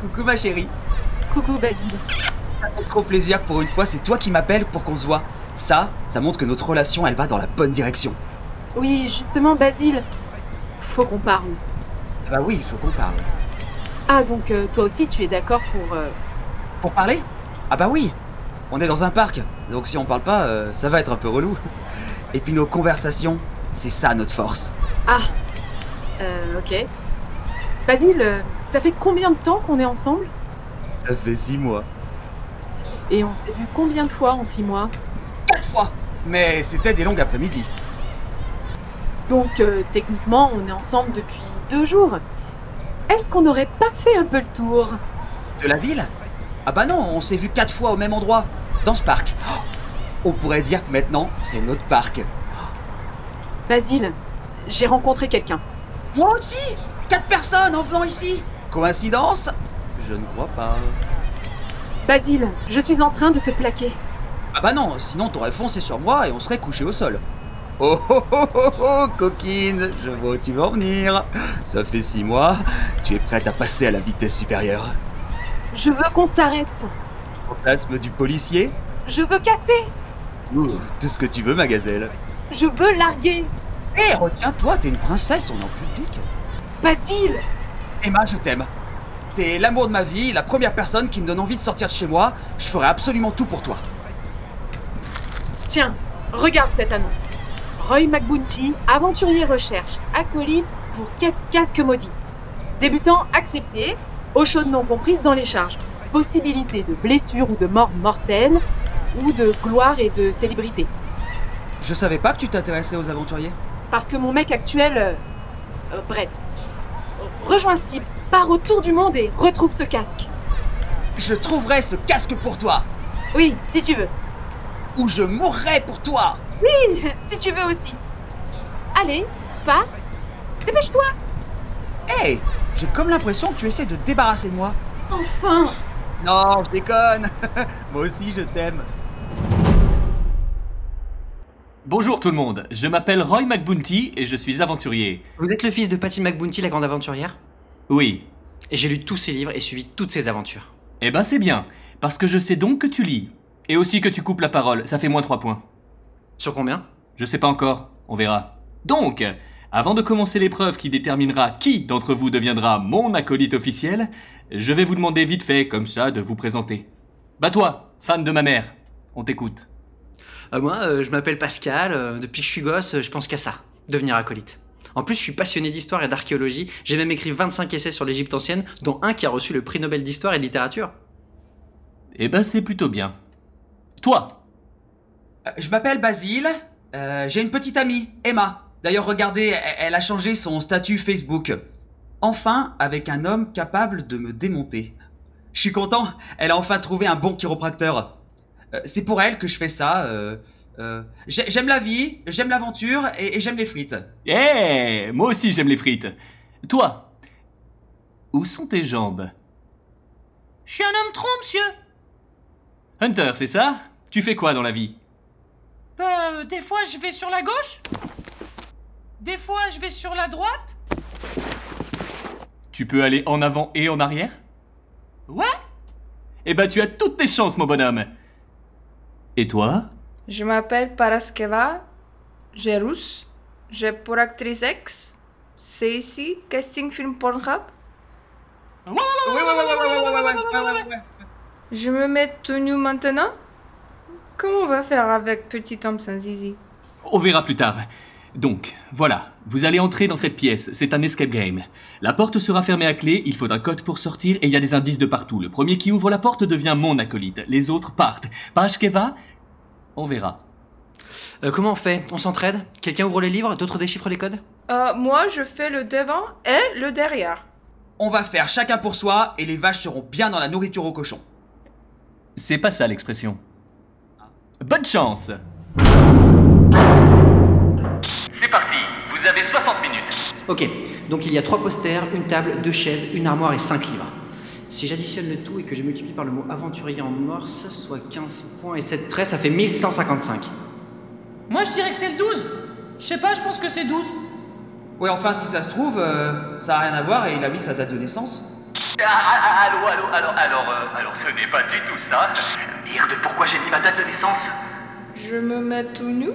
Coucou ma chérie. Coucou Basile. Ça fait trop plaisir pour une fois, c'est toi qui m'appelles pour qu'on se voit. Ça, ça montre que notre relation, elle va dans la bonne direction. Oui, justement Basile, faut qu'on parle. Ah bah oui, il faut qu'on parle. Ah donc euh, toi aussi tu es d'accord pour... euh, Pour parler Ah bah oui On est dans un parc, donc si on parle pas, euh, ça va être un peu relou. Et puis nos conversations, c'est ça notre force. Ah euh, Ok. Basile, euh, ça fait combien de temps qu'on est ensemble Ça fait six mois. Et on s'est vu combien de fois en six mois Quatre fois Mais c'était des longues après-midi. Donc euh, techniquement on est ensemble depuis deux jours. Est-ce qu'on n'aurait pas fait un peu le tour De la ville Ah bah non, on s'est vu quatre fois au même endroit, dans ce parc. Oh on pourrait dire que maintenant, c'est notre parc. Basile, j'ai rencontré quelqu'un. Moi aussi Quatre personnes en venant ici Coïncidence Je ne crois pas. Basile, je suis en train de te plaquer. Ah bah non, sinon t'aurais foncé sur moi et on serait couché au sol. Oh oh oh oh oh, coquine, je vois où tu vas en venir. Ça fait six mois, tu es prête à passer à la vitesse supérieure. Je veux qu'on s'arrête. Fantasme du policier Je veux casser. Ouh, Tout ce que tu veux, ma gazelle. Je veux larguer. Hé, retiens-toi, t'es une princesse, on est en public. Basile Emma, je t'aime. T'es l'amour de ma vie, la première personne qui me donne envie de sortir de chez moi. Je ferai absolument tout pour toi. Tiens, regarde cette annonce. Roy McBounty, aventurier recherche, acolyte pour quête casque maudit. Débutant accepté, eau chaude non comprise dans les charges. Possibilité de blessure ou de mort mortelle, ou de gloire et de célébrité. Je savais pas que tu t'intéressais aux aventuriers. Parce que mon mec actuel... euh, euh, bref. Rejoins ce type, pars autour du monde et retrouve ce casque. Je trouverai ce casque pour toi, Oui, si tu veux. ou je mourrai pour toi. si tu veux aussi. Allez, pars. Dépêche-toi. Hé, j'ai comme l'impression que tu essaies de te débarrasser de moi. Enfin Non, je déconne. moi aussi, je t'aime. Bonjour tout le monde, je m'appelle Roy McBounty et je suis aventurier. Vous êtes le fils de Patty McBounty, la grande aventurière Oui. Et j'ai lu tous ses livres et suivi toutes ses aventures. Eh ben c'est bien, parce que je sais donc que tu lis. Et aussi que tu coupes la parole, ça fait moins 3 points. Sur combien Je sais pas encore, on verra. Donc, avant de commencer l'épreuve qui déterminera qui d'entre vous deviendra mon acolyte officiel, je vais vous demander vite fait, comme ça, de vous présenter. Bah toi, fan de ma mère, on t'écoute. Euh, Moi, euh, je m'appelle Pascal, euh, depuis que je suis gosse, euh, je pense qu'à ça, devenir acolyte. En plus, je suis passionné d'histoire et d'archéologie, j'ai même écrit 25 essais sur l'Égypte ancienne, dont un qui a reçu le prix Nobel d'histoire et de littérature. Eh ben c'est plutôt bien. Toi Euh, Je m'appelle Basile. euh, j'ai une petite amie, Emma. D'ailleurs, regardez, elle- elle a changé son statut Facebook. Enfin, avec un homme capable de me démonter. Je suis content, elle a enfin trouvé un bon chiropracteur. Euh, c'est pour elle que je fais ça. euh, euh, j'ai- j'aime la vie, j'aime l'aventure et, et j'aime les frites. Eh Moi aussi j'aime les frites. Toi Où sont tes jambes Je suis un homme tronc, monsieur Hunter, c'est ça Tu fais quoi dans la vie Bah, euh, des fois je vais sur la gauche. Des fois je vais sur la droite. Tu peux aller en avant et en arrière Ouais. Eh ben tu as toutes tes chances, mon bonhomme Et toi Je m'appelle Paraskeva, je suis russe, je pour actrice ex. C'est ici, casting film Pornhub. Ouais, ouais, ouais, ouais, ouais, ouais, ouais, ouais, ouais, ouais, ouais, ouais. Je me mets tout nu maintenant Comment on va faire avec petit homme sans zizi On verra plus tard. Donc, voilà, vous allez entrer dans cette pièce, c'est un escape game. La porte sera fermée à clé, il faudra code pour sortir et il y a des indices de partout. Le premier qui ouvre la porte devient mon acolyte, les autres partent. Pashkeva, on verra. Euh, comment on fait On s'entraide Quelqu'un ouvre les livres, d'autres déchiffrent les codes Euh, Moi, je fais le devant et le derrière. On va faire chacun pour soi et les vaches seront bien dans la nourriture aux cochons. C'est pas ça l'expression. Bonne chance C'est parti, vous avez 60 minutes. Ok, donc il y a trois posters, une table, deux chaises, une armoire et cinq livres. Si j'additionne le tout et que je multiplie par le mot aventurier en morse, soit 15 points et 7 traits, ça fait 1155. Moi je dirais que c'est le 12. Je sais pas, je pense que c'est 12. Ouais, enfin, si ça se trouve, euh, ça a rien à voir et il a mis sa date de naissance. Ah, ah, allô, allô, alors, alors, euh, alors, ce n'est pas du tout ça. Merde, pourquoi j'ai mis ma date de naissance Je me mets tout nu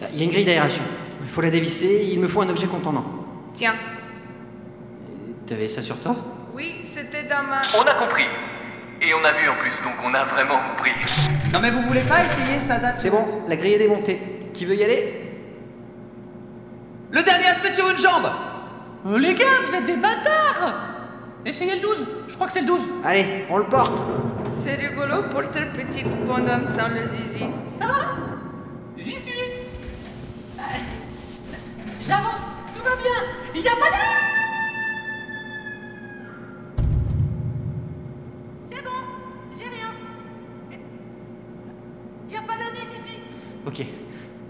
Bah, Il y a une grille d'aération. Il faut la dévisser, il me faut un objet contenant. Tiens. T'avais ça sur toi Oui, c'était dans ma... On a compris. Et on a vu en plus, donc on a vraiment compris. Non mais vous voulez pas essayer sa date C'est bon, la grille est démontée. Qui veut y aller Le dernier aspect sur une jambe Oh, les gars, vous êtes des bâtards Essayez le 12, je crois que c'est le 12. Allez, on le porte C'est rigolo pour tes petites bonhommes sans le zizi. J'y suis Euh, J'avance, tout va bien Il n'y a pas d'air C'est bon, j'ai rien. Il n'y a pas d'indice ici Ok,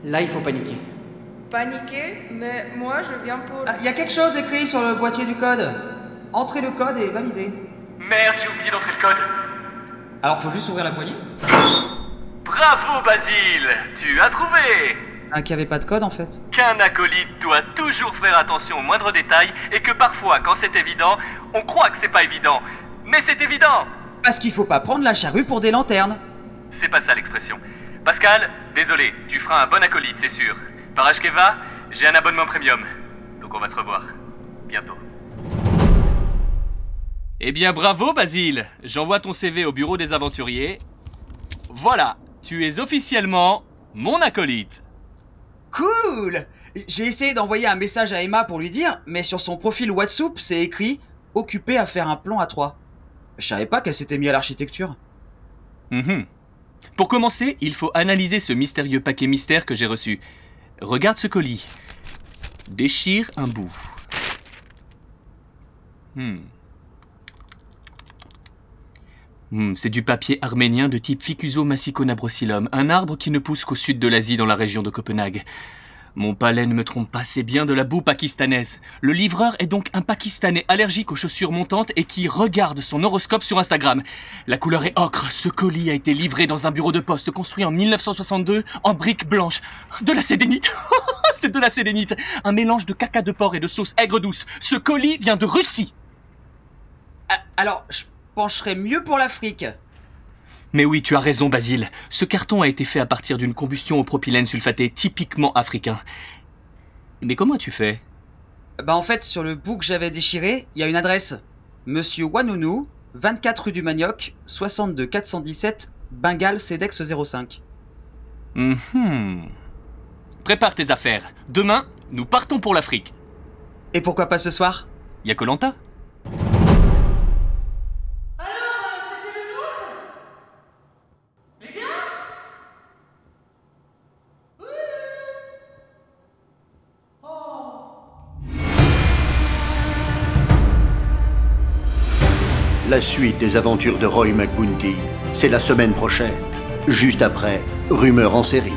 là il faut paniquer. Paniqué, mais moi je viens pour... Ah, Il y a quelque chose écrit sur le boîtier du code. Entrez le code et validez. Merde, j'ai oublié d'entrer le code. Alors faut juste ouvrir la poignée Bravo, Basile Tu as trouvé Ah, qui avait pas de code en fait. Qu'un acolyte doit toujours faire attention aux moindres détails et que parfois, quand c'est évident, on croit que c'est pas évident. Mais c'est évident Parce qu'il faut pas prendre la charrue pour des lanternes. C'est pas ça l'expression. Pascal, désolé, tu feras un bon acolyte, c'est sûr. Par Ashkeva, j'ai un abonnement premium. Donc on va se revoir. Bientôt. Eh bien, bravo, Basile J'envoie ton CV au bureau des aventuriers. Voilà, tu es officiellement mon acolyte. Cool J'ai essayé d'envoyer un message à Emma pour lui dire, mais sur son profil WhatsApp, c'est écrit occupé à faire un plan à 3. Je savais pas qu'elle s'était mise à l'architecture. Mhm. Pour commencer, il faut analyser ce mystérieux paquet mystère que j'ai reçu. Regarde ce colis. Déchire un bout. Hmm. Hmm, c'est du papier arménien de type Ficuso massiconabrosylum, un arbre qui ne pousse qu'au sud de l'Asie dans la région de Copenhague. Mon palais ne me trompe pas, c'est bien de la boue pakistanaise. Le livreur est donc un Pakistanais allergique aux chaussures montantes et qui regarde son horoscope sur Instagram. La couleur est ocre. Ce colis a été livré dans un bureau de poste construit en 1962 en briques blanches. De la sédénite C'est de la sédénite Un mélange de caca de porc et de sauce aigre douce. Ce colis vient de Russie Ah, Alors, je pencherais mieux pour l'Afrique. Mais oui, tu as raison, Basile. Ce carton a été fait à partir d'une combustion au propylène sulfaté typiquement africain. Mais comment tu fais Bah en fait, sur le bout que j'avais déchiré, il y a une adresse. Monsieur Wanounou, 24 rue du Manioc, 62 417, Bengale Cedex 05. Mhm. Prépare tes affaires. Demain, nous partons pour l'Afrique. Et pourquoi pas ce soir Y a Colanta La suite des aventures de Roy McBounty, c'est la semaine prochaine, juste après Rumeur en série.